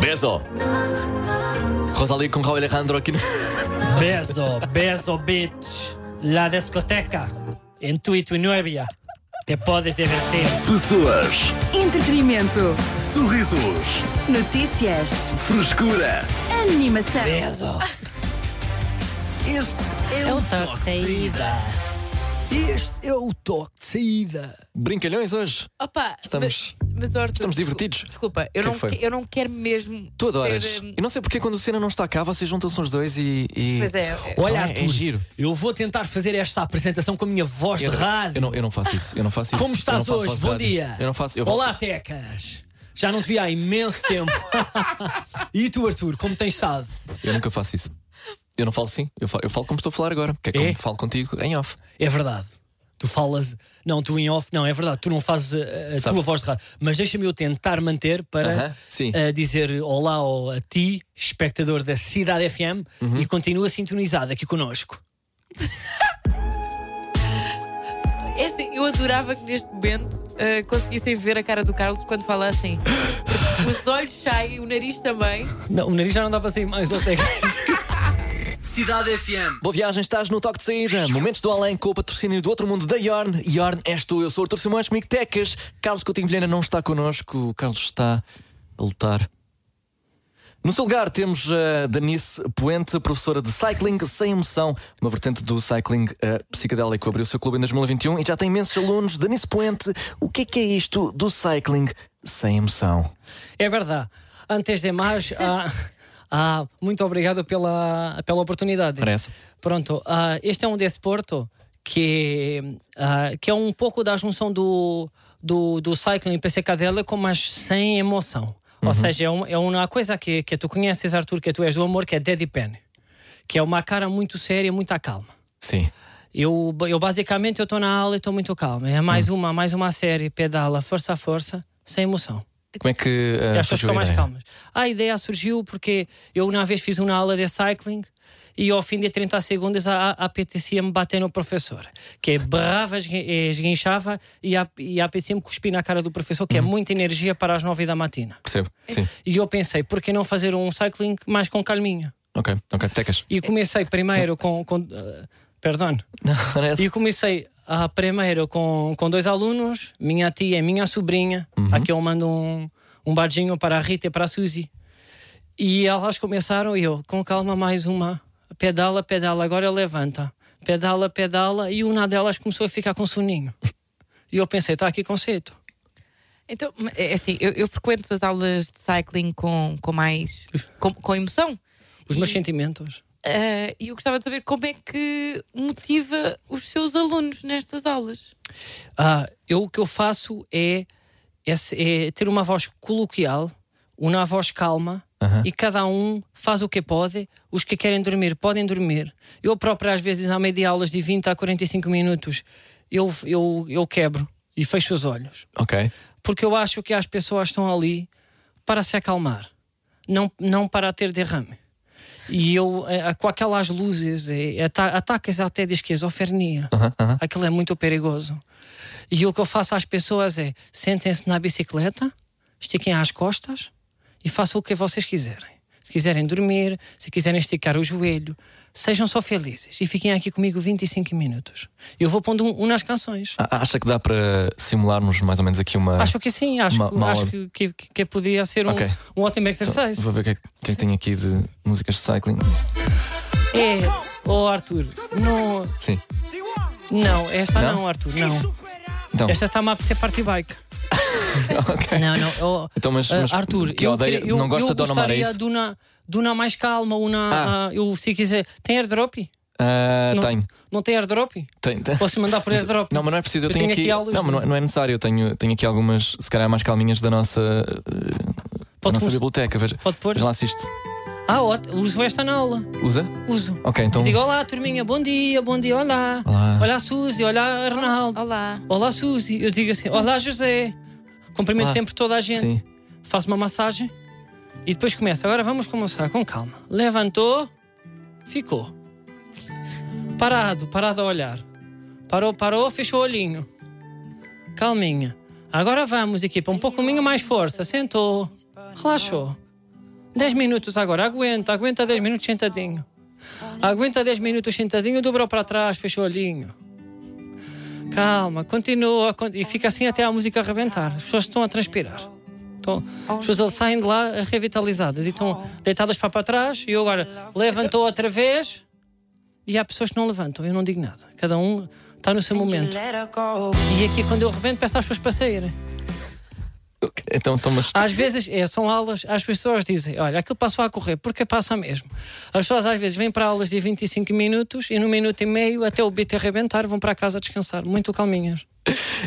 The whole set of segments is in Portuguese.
Beso. Rosalía con Javi Alejandro aquí. Beso, beso, bitch. La discoteca en Twitch y Nuevia. Te puedes divertir. Pessoas, Entretenimento. sorrisos, Notícias. frescura. Animação. Beso. Este é, o toque de saída. Este é o toque de saída. Brincalhões hoje. Opa, Estamos- mas, mas, Arthur, estamos descul- divertidos. Desculpa, eu, que não, foi? que- eu não quero mesmo. Tu adoras. ser, hum, E não sei porque quando o Senna não está cá, vocês juntam-se os dois e. e- Pois é, é, Olha, Não é? É Arthur, giro. eu vou tentar fazer esta apresentação com a minha voz Eu, de rádio. eu não, eu não faço isso. Eu não faço isso. Como Eu não estás faço hoje? voz de Bom rádio. dia. Eu não faço. Eu vou- Olá, Tecas. Já não te vi há imenso tempo. e tu, Arthur, como tens estado? Eu nunca faço isso. Eu não falo assim. Eu falo, eu falo como estou a falar agora. Que é como falo contigo em off. É verdade. Tu falas. Não, tu em off. Não, é verdade. Tu não fazes a, a Sabe- tua voz de rádio. Mas deixa-me eu tentar manter para Aham, sim. eh, dizer olá ao- a ti, espectador da Cidade FM, Uhum. e continua sintonizado aqui connosco. é assim, eu adorava que neste momento ah, conseguissem ver a cara do Carlos quando fala assim. Os olhos saem, o nariz também. Não, o nariz já não dá para sair mais, ó, Tecas. Cidade FM. Boa viagem, estás no toque de saída. Momentos do além com o patrocínio do outro mundo da Yorn. Yorn és tu, eu sou o Artur Simões, comigo Tecas. Carlos Coutinho Vilhena não está connosco. O Carlos está a lutar. No seu lugar temos a Danice Puente, professora de cycling sem emoção, uma vertente do cycling eh, psicadélico. Abriu o seu clube em 2021 e já tem imensos alunos. Danice Puente, o que é que é isto do cycling sem emoção? É verdade. Antes de mais, ah, ah, muito obrigado pela, pela oportunidade. Parece. Pronto, ah, este é um desporto que, ah, que é um pouco da junção do, do, do cycling com mas sem emoção. Ou seja, é, um- é uma coisa que, que tu conheces, Arthur, que tu és do amor, que é dead pen, que é uma cara muito séria e muita calma. Sim. Eu, eu basicamente eu estou na aula e estou muito calma. É mais uma, mais uma série, pedala, força a força, sem emoção. Como é que eh, E as pessoas surgiu ficam a mais ideia? calmas. A ideia surgiu porque eu uma vez fiz uma aula de cycling e ao fim de 30 segundos a, a PTC me bateu no professor, que barrava, esgui- esguinchava e a, e a PTC me cuspia na cara do professor, que é Uhum. muita energia para as 9 da matina. Percebo. Sim. E eu pensei, por que não fazer um cycling mais com calminha? Ok, ok. Tecas. E comecei primeiro com... com eh, perdão. Não, parece. E comecei ah, primeiro com, com dois alunos, minha tia e minha sobrinha, a que eu mando um, um badinho para a Rita e para a Suzy. E elas começaram, e eu, com calma, mais uma. Pedala, pedala, agora levanta. Pedala, pedala, e uma delas começou a ficar com soninho. E eu pensei, está aqui conceito. Então, é assim, eu, eu frequento as aulas de cycling com, com mais. com, com emoção. Os meus E- sentimentos. Ah, e eu gostava de saber como é que motiva os seus alunos nestas aulas. Ah, eu o que eu faço é, é se- é ter uma voz coloquial, uma voz calma e cada um faz o que pode. Os que querem dormir podem dormir. Eu próprio, às vezes, à meia de aulas de 20 a 45 minutos, eu, eu, eu quebro e fecho os olhos Ok. porque eu acho que as pessoas estão ali para se acalmar, não, não para ter derrame. E eu, eh, com aquelas luzes, eh, ata- ataques até de esquizofrenia, aquilo é muito perigoso. E o que eu faço às pessoas é sentem-se na bicicleta, estiquem as costas e façam o que vocês quiserem. Se quiserem dormir, se quiserem esticar o joelho, sejam só felizes e fiquem aqui comigo 25 minutos. Eu vou pondo um- umas canções. A- Acha que dá para simularmos mais ou menos aqui uma. Acho que sim, acho, Uma- que- uma acho aula. que, que, que podia ser um, Ok. um ótimo Então, exercício. Vou ver o que é que- o que é que tem aqui de músicas de cycling. É, oh Arthur, não, Sim. não, esta Não? não, Arthur, não. Então, Esta está-me a ser party bike. ok. Não, não, oh, Então, mas- ah, mas Arthur, que eu, odeia- queria- eu- não gosta de eu Dona Mara, é gostaria isso? de uma, de uma mais calma, uma, Ah. ah, eu se quiser. Tem airdrop? Ah, Não, tenho. Não tem airdrop? tenho, tenho. Posso mandar por airdrop? Não, mas não é preciso. Eu, Eu tenho, tenho aqui. aqui aulas não, mas não é, não é necessário. Eu tenho, tenho aqui algumas, se calhar, mais calminhas da nossa, ah, da Pode nossa pôr- biblioteca. Veja, pode pôr? veja lá se isto. Ah, ótimo, uso esta na aula. Usa? Uso. Ok, então. Digo olá, turminha, bom dia, bom dia, olá. Olá. Olá, Suzy, olá, Arnaldo. Olá. Olá, Suzy. Eu digo assim: Olá, José. Cumprimento Olá. sempre toda a gente. Sim. Faço uma massagem e depois começa. Agora vamos começar com calma. Levantou, ficou. Parado, parado a olhar. Parou, parou, fechou o olhinho. Calminha. Agora vamos, equipa. Um pouquinho mais força. Sentou. Relaxou. 10 minutos agora, aguenta, aguenta 10 minutos sentadinho. Aguenta 10 minutos sentadinho, dobrou para trás, fechou o olhinho. Calma, continua con- e fica assim até a música arrebentar. As pessoas estão a transpirar. Estão- as pessoas elas saem de lá revitalizadas e estão deitadas para, para trás. E eu agora levantou outra vez e há pessoas que não levantam. Eu não digo nada. Cada um está no seu momento. E aqui quando eu rebento, peço às pessoas para saírem. Ok, Então, então, mas. Às vezes, é, são aulas, as pessoas dizem, olha, aquilo passou a correr, porque passa mesmo. As pessoas às vezes vêm para aulas de 25 minutos e no minuto e meio, até o beat arrebentar, vão para casa descansar, muito calminhas.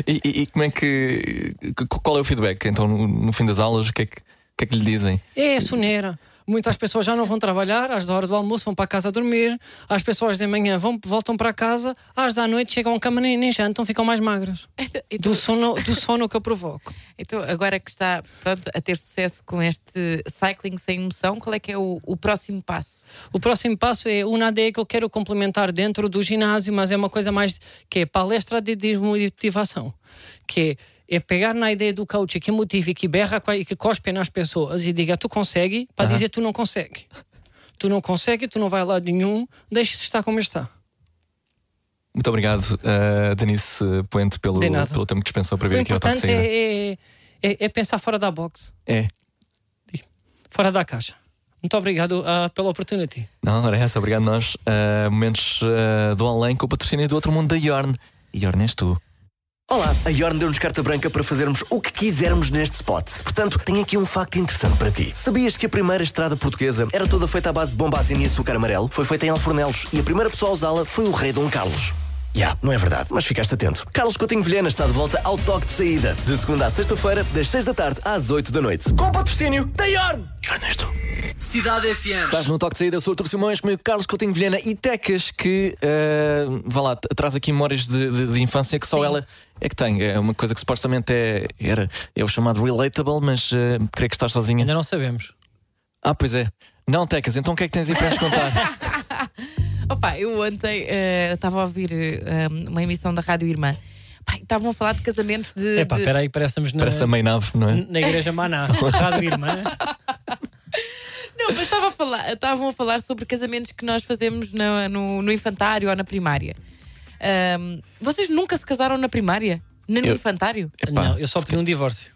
E, e- e como é que. que- Qual é o feedback? Então, no, no fim das aulas, o que é que, o que, é que lhe dizem? É soneira. Muitas pessoas já não vão trabalhar, às da hora do almoço vão para casa dormir, as pessoas de manhã vão, voltam para casa, às da noite chegam à cama nem, nem jantam, ficam mais magras. Então, Do sono, do sono que eu provoco. então, agora que está pronto, a ter sucesso com este cycling sem emoção, qual é que é o, o próximo passo? O próximo passo é uma ADE que eu quero complementar dentro do ginásio, mas é uma coisa mais que é palestra de desmotivação, que é, é pegar na ideia do coach que motiva e que berra com a- e que cospe nas pessoas e diga tu consegue, para dizer tu não consegue. Tu não consegue, tu não vai a lado nenhum, deixa-se estar como está. Muito obrigado, uh, Denise Puente, pelo, De nada. pelo tempo que dispensou para O vir aqui ao Top de importante Saída. é, é- é pensar fora da box, É. fora da caixa. Muito obrigado ah, pela oportunidade. Não, era essa, obrigado nós. Uh, momentos uh, do além com o patrocínio do outro mundo da Yorn. Yorn és tu. Olá, a Yorn deu-nos carta branca para fazermos o que quisermos neste spot. Portanto, tenho aqui um facto interessante para ti. Sabias que a primeira estrada portuguesa era toda feita à base de bombazina e açúcar amarelo? Foi feita em Alfornelos e a primeira pessoa a usá-la foi o rei Dom Carlos. Já, não é verdade, mas ficaste atento. Carlos Coutinho Vilhena está de volta ao toque de saída. De segunda à sexta-feira, das seis da tarde às oito da noite. Com o patrocínio da Yorn! Yorn és tu. Cidade FM. Estás no toque de saída, eu sou o Artur Simões, comigo Carlos Coutinho Vilhena e Tecas, que uh, vá lá, t- traz aqui memórias de, de- de infância que só ela é que tem. É uma coisa que supostamente é, era, é o chamado relatable, mas uh, creio que estás sozinha. Ainda não sabemos. Ah, pois é. Não, Tecas, então o que é que tens aí para nos contar? Opa, eu ontem eh, estava a ouvir eh, uma emissão da Rádio Irmã. Pá, Estavam a falar de casamentos de. Epá, de- peraí, parecemos na, Parece a meio nave, não é? na igreja Maná, Rádio Irmã. Não, mas estava a falar, estavam a falar sobre casamentos que nós fazemos na- no, no infantário ou na primária. Ahm, vocês nunca se casaram na primária? Nem no Eu- infantário? Epá, Não, eu só pedi um divórcio.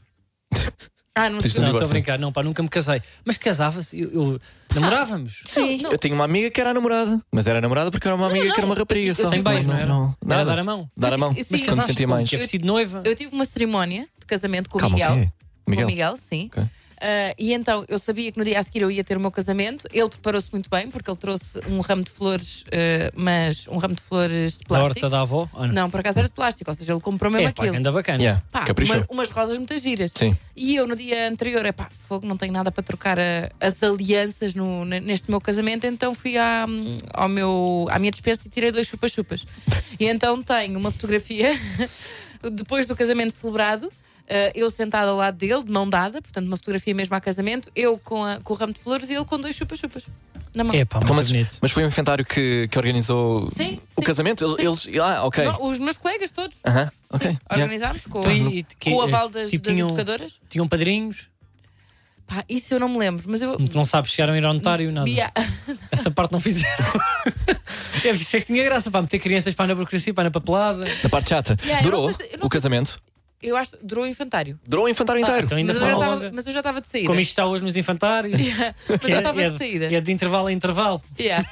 Ah, não Tens sei. um Não, estou a divórcio. brincar, não, pá, nunca me casei. Mas casava-se, eu, eu- namorávamos. Sim. Eu tinha uma amiga que era namorada, mas era namorada porque era uma amiga que era uma rapariga só. Sem beijo, não era? Era nada. dar a mão. Dar a mão, Sim, mas quando me casaste sentia como? mais. Tinha vestido de noiva. Eu tive uma cerimónia de casamento com o Calma, o Miguel. quê? Miguel. Com o Miguel, sim. Ok. Ah, e então eu sabia que no dia a seguir eu ia ter o meu casamento. Ele preparou-se muito bem porque ele trouxe um ramo de flores, ah, mas um ramo de flores de Da plástico. horta da avó. Ah, não. Não, por acaso era de plástico, ou seja, ele comprou mesmo É, pá, aquilo. anda bacana. Yeah, Pá, caprichou. uma- umas rosas muito giras. Sim. E eu no dia anterior, é pá, fogo, não tenho nada para trocar ah, as alianças no- ne- neste meu casamento, então fui à, hum, ao meu, à minha dispensa e tirei dois chupa-chupas. e então tenho uma fotografia depois do casamento celebrado. ah, eu sentada ao lado dele, de mão dada, portanto, uma fotografia mesmo a casamento, eu com, a- com o ramo de flores e ele com dois chupa-chupas na mão. É pá, muito Então, mas, bonito. mas foi o inventário que, que organizou Sim, o sim, casamento? Eles. eles- Ah, ok. Não, os meus colegas todos Aham, ok. yeah. organizámos com, Então, e- e- que- com o aval das, tipo, das tinham- educadoras. Tinham padrinhos, Pá, isso eu não me lembro, mas eu. tu não sabes, chegaram a ir ao notário, nada. Yeah. Essa parte não fizeram. é, isso é que tinha graça, pá, meter crianças para na burocracia, para na papelada. Da parte chata. Yeah, eu Durou não sei se- eu não o sei- Ah, casamento. Eu acho que durou o infantário. Durou o infantário inteiro. Então ainda Mas eu, foi já uma estava, longa. mas eu já estava de saída. Como isto está hoje nos infantários. Mas é- eu estava é de saída. É de intervalo a intervalo. Yeah.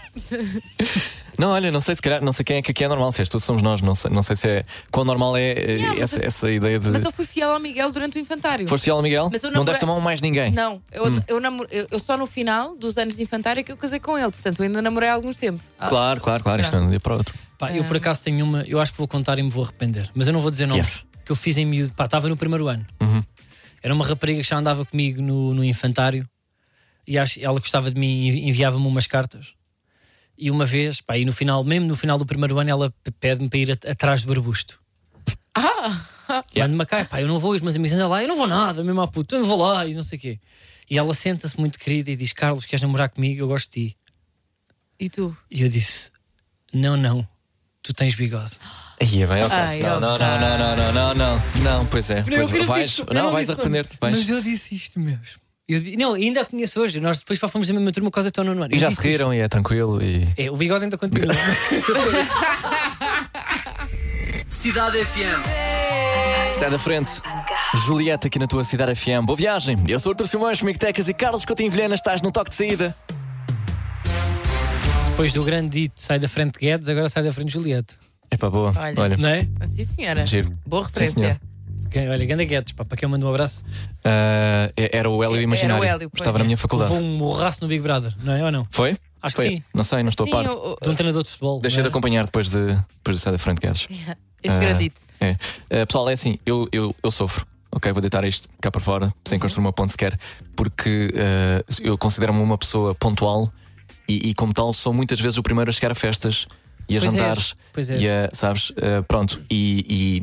Não, olha, não sei se calhar, não sei quem é que aqui é normal, se és tu, somos nós, não sei, não sei se é. Quão normal é eh, Yeah, mas essa, eu- essa ideia de. Mas eu fui fiel ao Miguel durante o infantário. Foste fiel ao Miguel? Mas eu Não namora- deste a mão a mais ninguém. Não, eu, eu, namo- eu- eu só no final dos anos de infantário é que eu casei com ele. Portanto, eu ainda namorei há alguns tempos. Ah, Claro, claro, claro. Isto não é de um dia para o outro. Pá, eu por acaso tenho uma, eu acho que vou contar e me vou arrepender, mas eu não vou dizer nomes. Yes. Que eu fiz em miúdo, pá, estava no primeiro ano. Era uma rapariga que já andava comigo no, no infantário e acho- ela gostava de mim e enviava-me umas cartas. E uma vez, pá, e no final, mesmo no final do primeiro ano, ela p- pede-me para ir at- atrás do arbusto. Ah! Manda-me a cá, pá, eu não vou, os meus amigos andam lá, eu não vou nada, mesmo à puta, eu não vou lá e não sei o quê. E ela senta-se muito querida e diz: Carlos, queres namorar comigo? Eu gosto de ti. E tu? E eu disse: Não, não, tu tens bigode. Aí é bem, ok. Ai, não, não, opa. não, não, não, não, não, não. Não, pois é. Eu Pois acredito, vais, eu não, não vais disse- arrepender-te. Mas Vais. eu disse isto mesmo. Eu di- não, ainda a conheço hoje. Nós depois pá, fomos na mesma turma, quase até o nono ano. E Eu já se disse riram e é tranquilo e. isto. É, o bigode ainda continua. Cidade FM. Sai da frente. Julieta aqui na tua cidade FM. Boa viagem. Eu sou o Artur Simões, comigo Tecas e Carlos Coutinho Vilhena. Estás no toque de saída. depois do grande dito, sai da frente Guedes, agora sai da frente Juliette. Epá, boa. Olha. Olha. Não é? Ah, Sim, senhora. Giro. Boa Sim, senhor. referência. Quem- Olha, grande Guedes, pá, para quem eu mando um abraço. Ah, é- era o Hélio Imaginário. Era o Hélio, pois Estava na é. minha faculdade. Levou um morraço no Big Brother, não é? Ou não? Foi? Acho que Foi. sim. Não sei, não estou a par. Sim, o- o- De um treinador de futebol. Deixei não de é? acompanhar depois de, depois de sair da frente, Guedes. esse grandito. É. Uh, pessoal, é assim, eu, eu, eu sofro. Ok, vou deitar isto cá para fora, Uhum. sem construir uma ponte sequer, porque uh, eu considero-me uma pessoa pontual e, e, como tal, sou muitas vezes o primeiro a chegar a festas e a Pois és, jantares. pois é. és. E a, sabes? Uh, pronto, e, e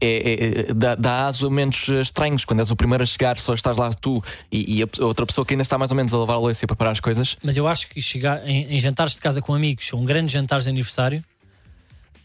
é, é- é- dá, dá aso a momentos uh, estranhos quando és o primeiro a chegar, só estás lá tu e, e a pe- a outra pessoa que ainda está mais ou menos a lavar a louça e a preparar as coisas. Mas eu acho que chegar em, em jantares de casa com amigos, ou um grande jantar de aniversário,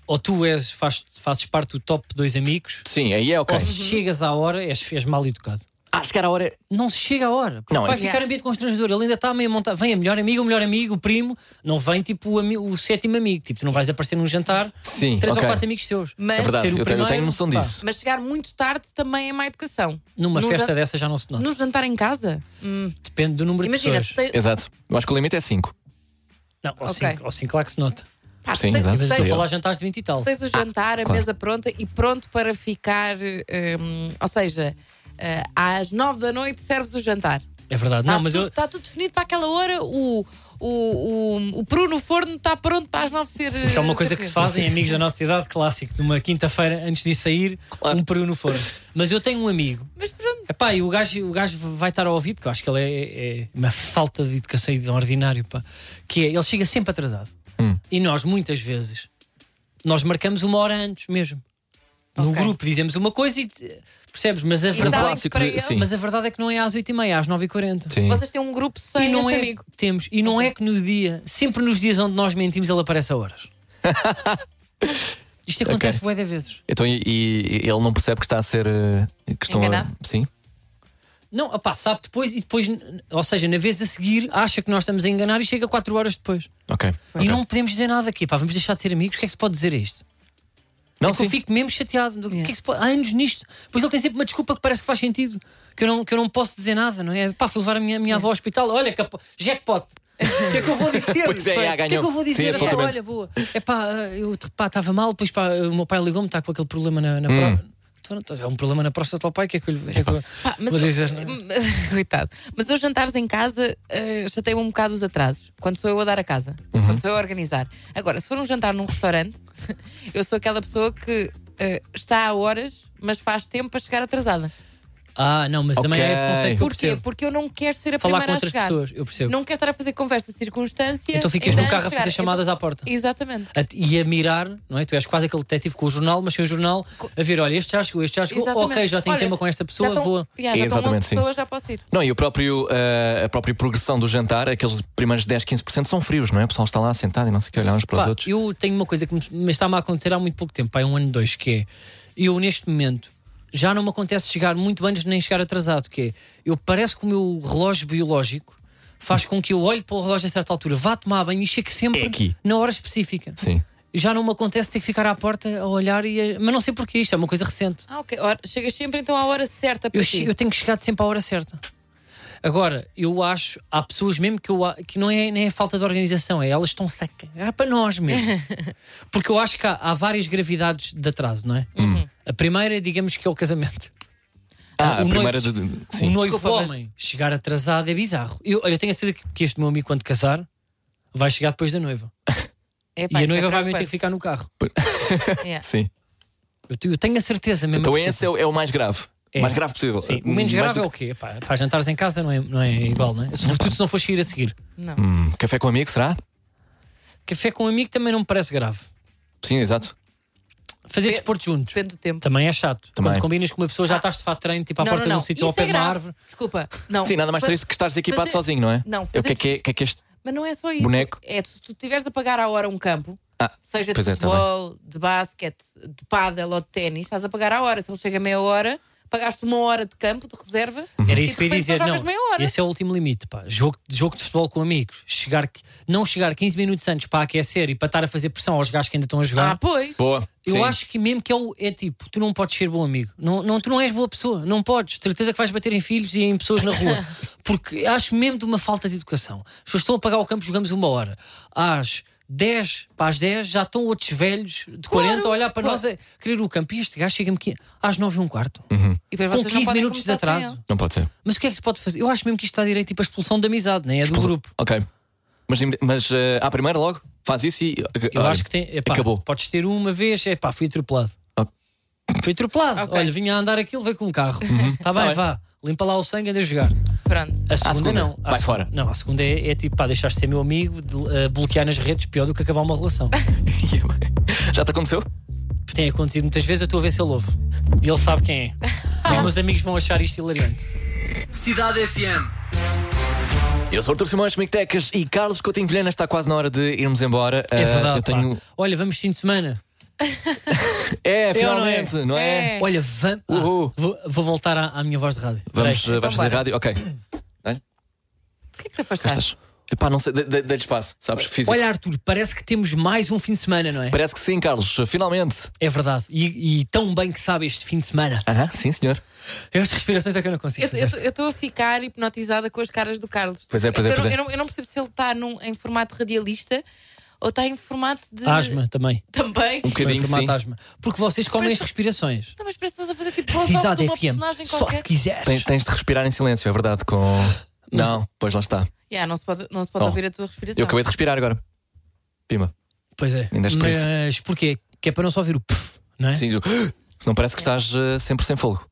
ou tu és, faz- fazes parte do top dois amigos, Sim, aí é ok. ou se chegas à hora és, és mal educado. Ah, chegar à hora. Não se chega à hora. Porque Não, vai é- ficar ambiente constrangedor. Ele ainda está meio montado. Vem a melhor amiga, o melhor amigo, o primo. Não vem tipo o, ami- o sétimo amigo. Tipo, tu não vais aparecer num jantar. Sim, Três ok. ou quatro amigos teus. Mas- É verdade, Ser o eu, tenho, eu tenho primeiro, noção pá. disso. Mas chegar muito tarde também é má educação. Numa Num festa jan- dessa já não se nota. Num jantar em casa? Hum, Depende do número Imagina, de tu pessoas. tens, Exato. Eu acho que o limite é 5. Não, ou Ok. cinco, ou cinco, claro que se nota. pá, tu Sim, tens, exato. Em vez de tens- Sim. falar jantares de 20 e tal. tens o jantar, a claro. mesa pronta e pronto para ficar. hum, ou seja, eh, às nove da noite serves o jantar. É verdade. Está Não, mas tudo, eu. tá tudo definido para aquela hora. O, o, o, o peru no forno está pronto para às nove ser. eh, Que é uma coisa que se fazem amigos da nossa idade, clássico, numa quinta-feira antes de sair, um peru no forno. Mas eu tenho um amigo, Mas pronto. epá, e o gajo, o gajo vai estar a ouvir, porque eu acho que ele é, é uma falta de educação e de ordinário, pá, que é, ele chega sempre atrasado. Hum. E nós, muitas vezes, nós marcamos uma hora antes mesmo. No Ok. grupo dizemos uma coisa e. percebes? Mas a sabem verdade, que para ele- Um sim. mas a verdade é que não é às 8h30, é às 9h40. Sim. Vocês têm um grupo sem E não esse é, amigo. Temos. E não é que no dia, sempre nos dias onde nós mentimos, ele aparece a horas. Isto acontece bué de vezes. Então, e, e- e ele não percebe que está a ser. eh, que estão a- Enganado? Sim. Não, opá, sabe depois e depois, ou seja, na vez a seguir, acha que nós estamos a enganar e chega 4 horas depois. Ok. E ok. não podemos dizer nada aqui, pá, vamos deixar de ser amigos, o que é que se pode dizer a isto? Não, é que sim. eu fico mesmo chateado. do- o que é que Yeah. se pode- Há anos nisto. Pois ele tem sempre uma desculpa que parece que faz sentido, que eu não, que eu não posso dizer nada, não é? Pá, fui levar a minha, minha avó ao hospital, olha, capo- jackpot. O que é que eu vou dizer? Pois é, já O que é que ganhou. eu vou dizer? Sim, Até, absolutamente. olha, boa. É pá, eu de- pá, estava mal, depois pá, o meu pai ligou-me, está com aquele problema na, Hum. na pró- Então, então, É um problema na próstata ao pai, o que é que eu lhe. o que é que eu- Pá, Ah, mas vou eu- dizer, não é? Coitado. Mas os jantares em casa já chateiam um bocado os atrasos. Quando sou eu a dar a casa, Uhum. quando sou eu a organizar. Agora, se for um jantar num restaurante, eu sou aquela pessoa que eh, está a horas, mas faz tempo para chegar atrasada. Ah, não, mas também é esse Ok. conceito que eu Porquê? percebo. Porque eu não quero ser a Falar com primeira a outras chegar. pessoas, eu percebo. Não quero estar a fazer conversa de circunstância. Então ficas ainda no carro a antes de fazer chegar. chamadas à porta. Então- Exatamente. A- E a mirar, não é? Tu és quase aquele detetive com o jornal, mas sem o jornal, a ver, olha, este já chegou, este já chegou, Exatamente. ok, já tenho Olha, tema com esta pessoa, já estão- vou. Yeah, já estão Exatamente, 11 sim. pessoas, já posso ir. Não, e o próprio, eh, a própria progressão do jantar, aqueles primeiros 10, 15% são frios, não é? O pessoal está lá sentado e não sei o que, olhar uns para Pá, os outros. Eu tenho uma coisa que me me está-me a acontecer há muito pouco tempo, pá, é um ano, dois, que é eu neste momento já não me acontece chegar muito antes nem chegar atrasado, que é eu parece que o meu relógio biológico faz com que eu olhe para o relógio a certa altura, vá tomar banho e chegue sempre É aqui. na hora específica. Sim. Já não me acontece ter que ficar à porta a olhar e a... mas não sei porquê isto, é uma coisa recente. Ah, ok. Ora, chegas sempre então à hora certa para Eu, ti. che- eu tenho que chegar sempre à hora certa. Agora, eu acho, há pessoas mesmo que, eu, a- que não, é, nem é falta de organização, é elas estão secas. É para nós mesmo. Porque eu acho que há, há várias gravidades de atraso, não é? Uhum. A primeira, digamos que é o casamento. Ah, o a noivo- primeira de. de- O Sim. noivo Desculpa, mas- homem chegar atrasado é bizarro. Eu, eu tenho a certeza que, que este meu amigo, quando casar, vai chegar depois da noiva. Epá, e a isso é noiva vai mesmo ter que preocupante. ficar no carro. Yeah. Sim. Eu, te- eu tenho a certeza mesmo. Então que- esse é, o- é o mais grave. O É. mais grave possível. Eh, Sim, o menos Mais grave é do o quê? Pá, para jantares em casa não é, não é igual, não é? Sobretudo se não for sair a seguir. Não. que- Hum, café com amigo, será? Café com um amigo também não me parece grave. Sim, exato. Fazer Pe- Ah. desporto juntos Depende do tempo. também é chato. Também. Quando combinas com uma pessoa, já estás de fato de treino, tipo à porta de um sítio ou ao Isso é pé de uma grave. árvore. Desculpa. Não. Sim, nada mais Mas- triste que estares equipado fazer- sozinho, não é? Não, É o que é fazer- que é, que é que este. Mas não é só isso. Boneco. É, se tu tiveres a pagar à hora um campo, Ah, seja de tipo pois é, tá futebol, de basquete, de pádel ou de ténis, estás a pagar à hora. Se ele chega meia hora, pagaste uma hora de campo de reserva. Uhum. Era isso e que eu ia de repente só dizer, Tipo, jogas não. meia hora. Esse é o último limite, pá. Jogo, jogo de futebol com amigos. Chegar, qui- não chegar 15 minutos antes para aquecer e para estar a fazer pressão aos gajos que ainda estão a jogar. Ah, pois. Boa. Eu Sim. acho que mesmo que é, o, é tipo, tu não podes ser bom amigo. Não, não, tu não és boa pessoa, não podes. De certeza que vais bater em filhos e em pessoas na rua. Porque acho mesmo de uma falta de educação. As pessoas estão a pagar o campo, jogamos uma hora. Às 10, para as 10, já estão outros velhos de 40 a olhar para claro. nós a querer o campo. E este gajo chega-me aqui às 9 e um quarto. E depois Com vocês não 15 podem minutos de começar sem atraso. ele. Não pode ser. Mas o que é que se pode fazer? Eu acho mesmo que isto está direito tipo a expulsão da amizade, nem é do grupo. Ok. Mas, mas eh, à primeira logo, faz isso e. Eu acho que tem. Epá, acabou. Podes ter uma vez, é pá, fui atropelado. Ah. Fui atropelado. Ok. Olha, vinha a andar aquilo, veio com um carro. Está bem, Tá bem. vá. Limpa lá o sangue, anda a jogar. Pronto. A segunda, segunda, não. A vai seg- fora. Não, a segunda é, é tipo, pá, deixaste de ser meu amigo, de- eh, bloquear nas redes, pior do que acabar uma relação. Já te aconteceu? Tem acontecido muitas vezes, eu estou a ver se ele ouve. E ele sabe quem é. Os meus amigos vão achar isto hilariante. Cidade FM. Eu sou o Artur Simões, Mick Tecas e Carlos Coutinho Vilhena está quase na hora de irmos embora. É Eh, verdade. Eu tenho... pá. Olha, vamos fim de semana. É, não é? finalmente, não é? É. Olha, vam- ah, Uhul. vou, vou voltar à, à minha voz de rádio. Vamos, Peraí. então eh, vais fazer bora. rádio? Ok. Porquê que te afastaste? Estas. Epá, não sei, de- de- dei-lhe espaço, sabes? Físico. Ah. Olha, Arthur, parece que temos mais um fim de semana, não é? Parece que sim, Carlos, finalmente. É verdade. E, e tão bem que sabe este fim de semana. Aham, sim, senhor. As respirações é que eu não consigo. Eu- fazer. Eu estou a ficar hipnotizada com as caras do Carlos. Pois é, pois é, eu, pois não, é. Eu, não, eu não percebo se ele está num- em formato radialista ou está em formato de. Asma também. Também. Um bocadinho, Também formato sim. asma. Porque vocês comem as respirações. Não, mas parece que estás a fazer tipo voz off de Cidade uma FM. personagem Só se qualquer. quiseres. Tens, tens de respirar em silêncio, é verdade, com... Não, pois lá está. Yeah, não se pode, não se pode Oh. ouvir a tua respiração. Eu acabei de respirar agora. Pima. Pois é. Ainda és por isso. Mas porquê? Que é para não só ouvir o puf, não é? Sim, eu... Senão parece que estás eh, sempre sem fogo.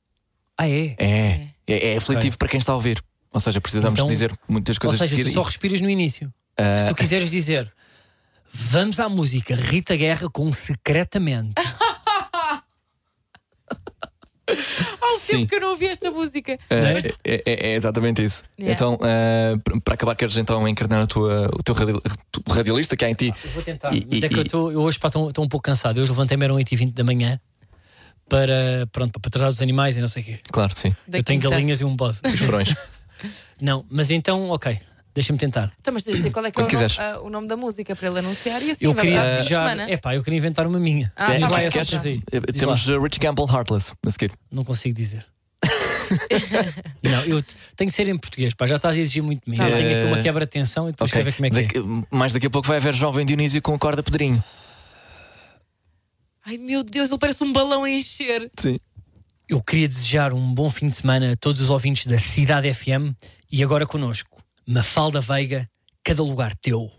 Ah, é? É, é, é aflitivo para quem está a ouvir. Ou seja, precisamos Então- dizer muitas Ou coisas ah, seja, de seguida. tu e- só respiras no início. Se tu quiseres dizer vamos à música Rita Guerra com secretamente. Ah, Há um Sim. tempo que eu não ouvi esta música. É, Mas- é- é- é exatamente isso. Yeah. Então, eh, pr- para acabar, queres então encarnar a tua, o teu radi- tu- radialista que há em ti? Eu vou tentar, E- mas e- é que eu, tô, eu hoje estou um pouco cansado. Eu hoje levantei-me, um eram 8h20 da manhã para, pronto, para tratar dos animais e não sei o quê. Claro, sim. Da eu tenho quinta. galinhas e um bode. Os furões. não, mas então, ok, deixa-me tentar. Então, mas tens de dizer qual é que é o Quando nome, quiseres. ah, o nome da música para ele anunciar e assim eu vai queria para a desejar. semana. É pá, eu queria inventar uma minha. Ah, Diz tá lá bem, essas tá bem. aí. Eh, Diz Temos lá. eh, Rich Campbell Heartless a seguir. Não consigo dizer. não, eu te- tenho que ser em português, pá, já estás a exigir muito de mim. Tá Eu bem. tenho aqui uma quebra de tensão e depois Eh, Ok. quero ver como é que Daqui- mais daqui a pouco vai haver Jovem Dionísio com a corda Pedrinho. Ai meu Deus, ele parece um balão a encher. Sim. é. Eu queria desejar um bom fim de semana a todos os ouvintes da Cidade FM e agora connosco, Mafalda Veiga, cada lugar teu.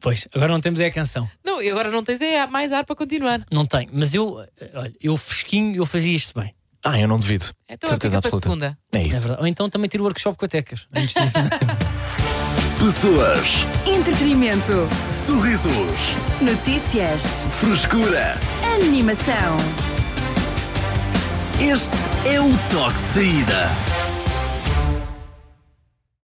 Pois, agora não temos é a canção. Não, e agora não tens é mais ar para continuar. Não tem, mas eu, eh, olha, eu fresquinho, eu fazia isto bem. Ah, eu não duvido. Então Certeza fica para a absoluta. segunda. É É isso. verdade. Ou então também tiro o workshop com a Tecas. Antes disso. Pessoas, entretenimento, sorrisos, notícias, frescura. animação. Este é o toque de saída.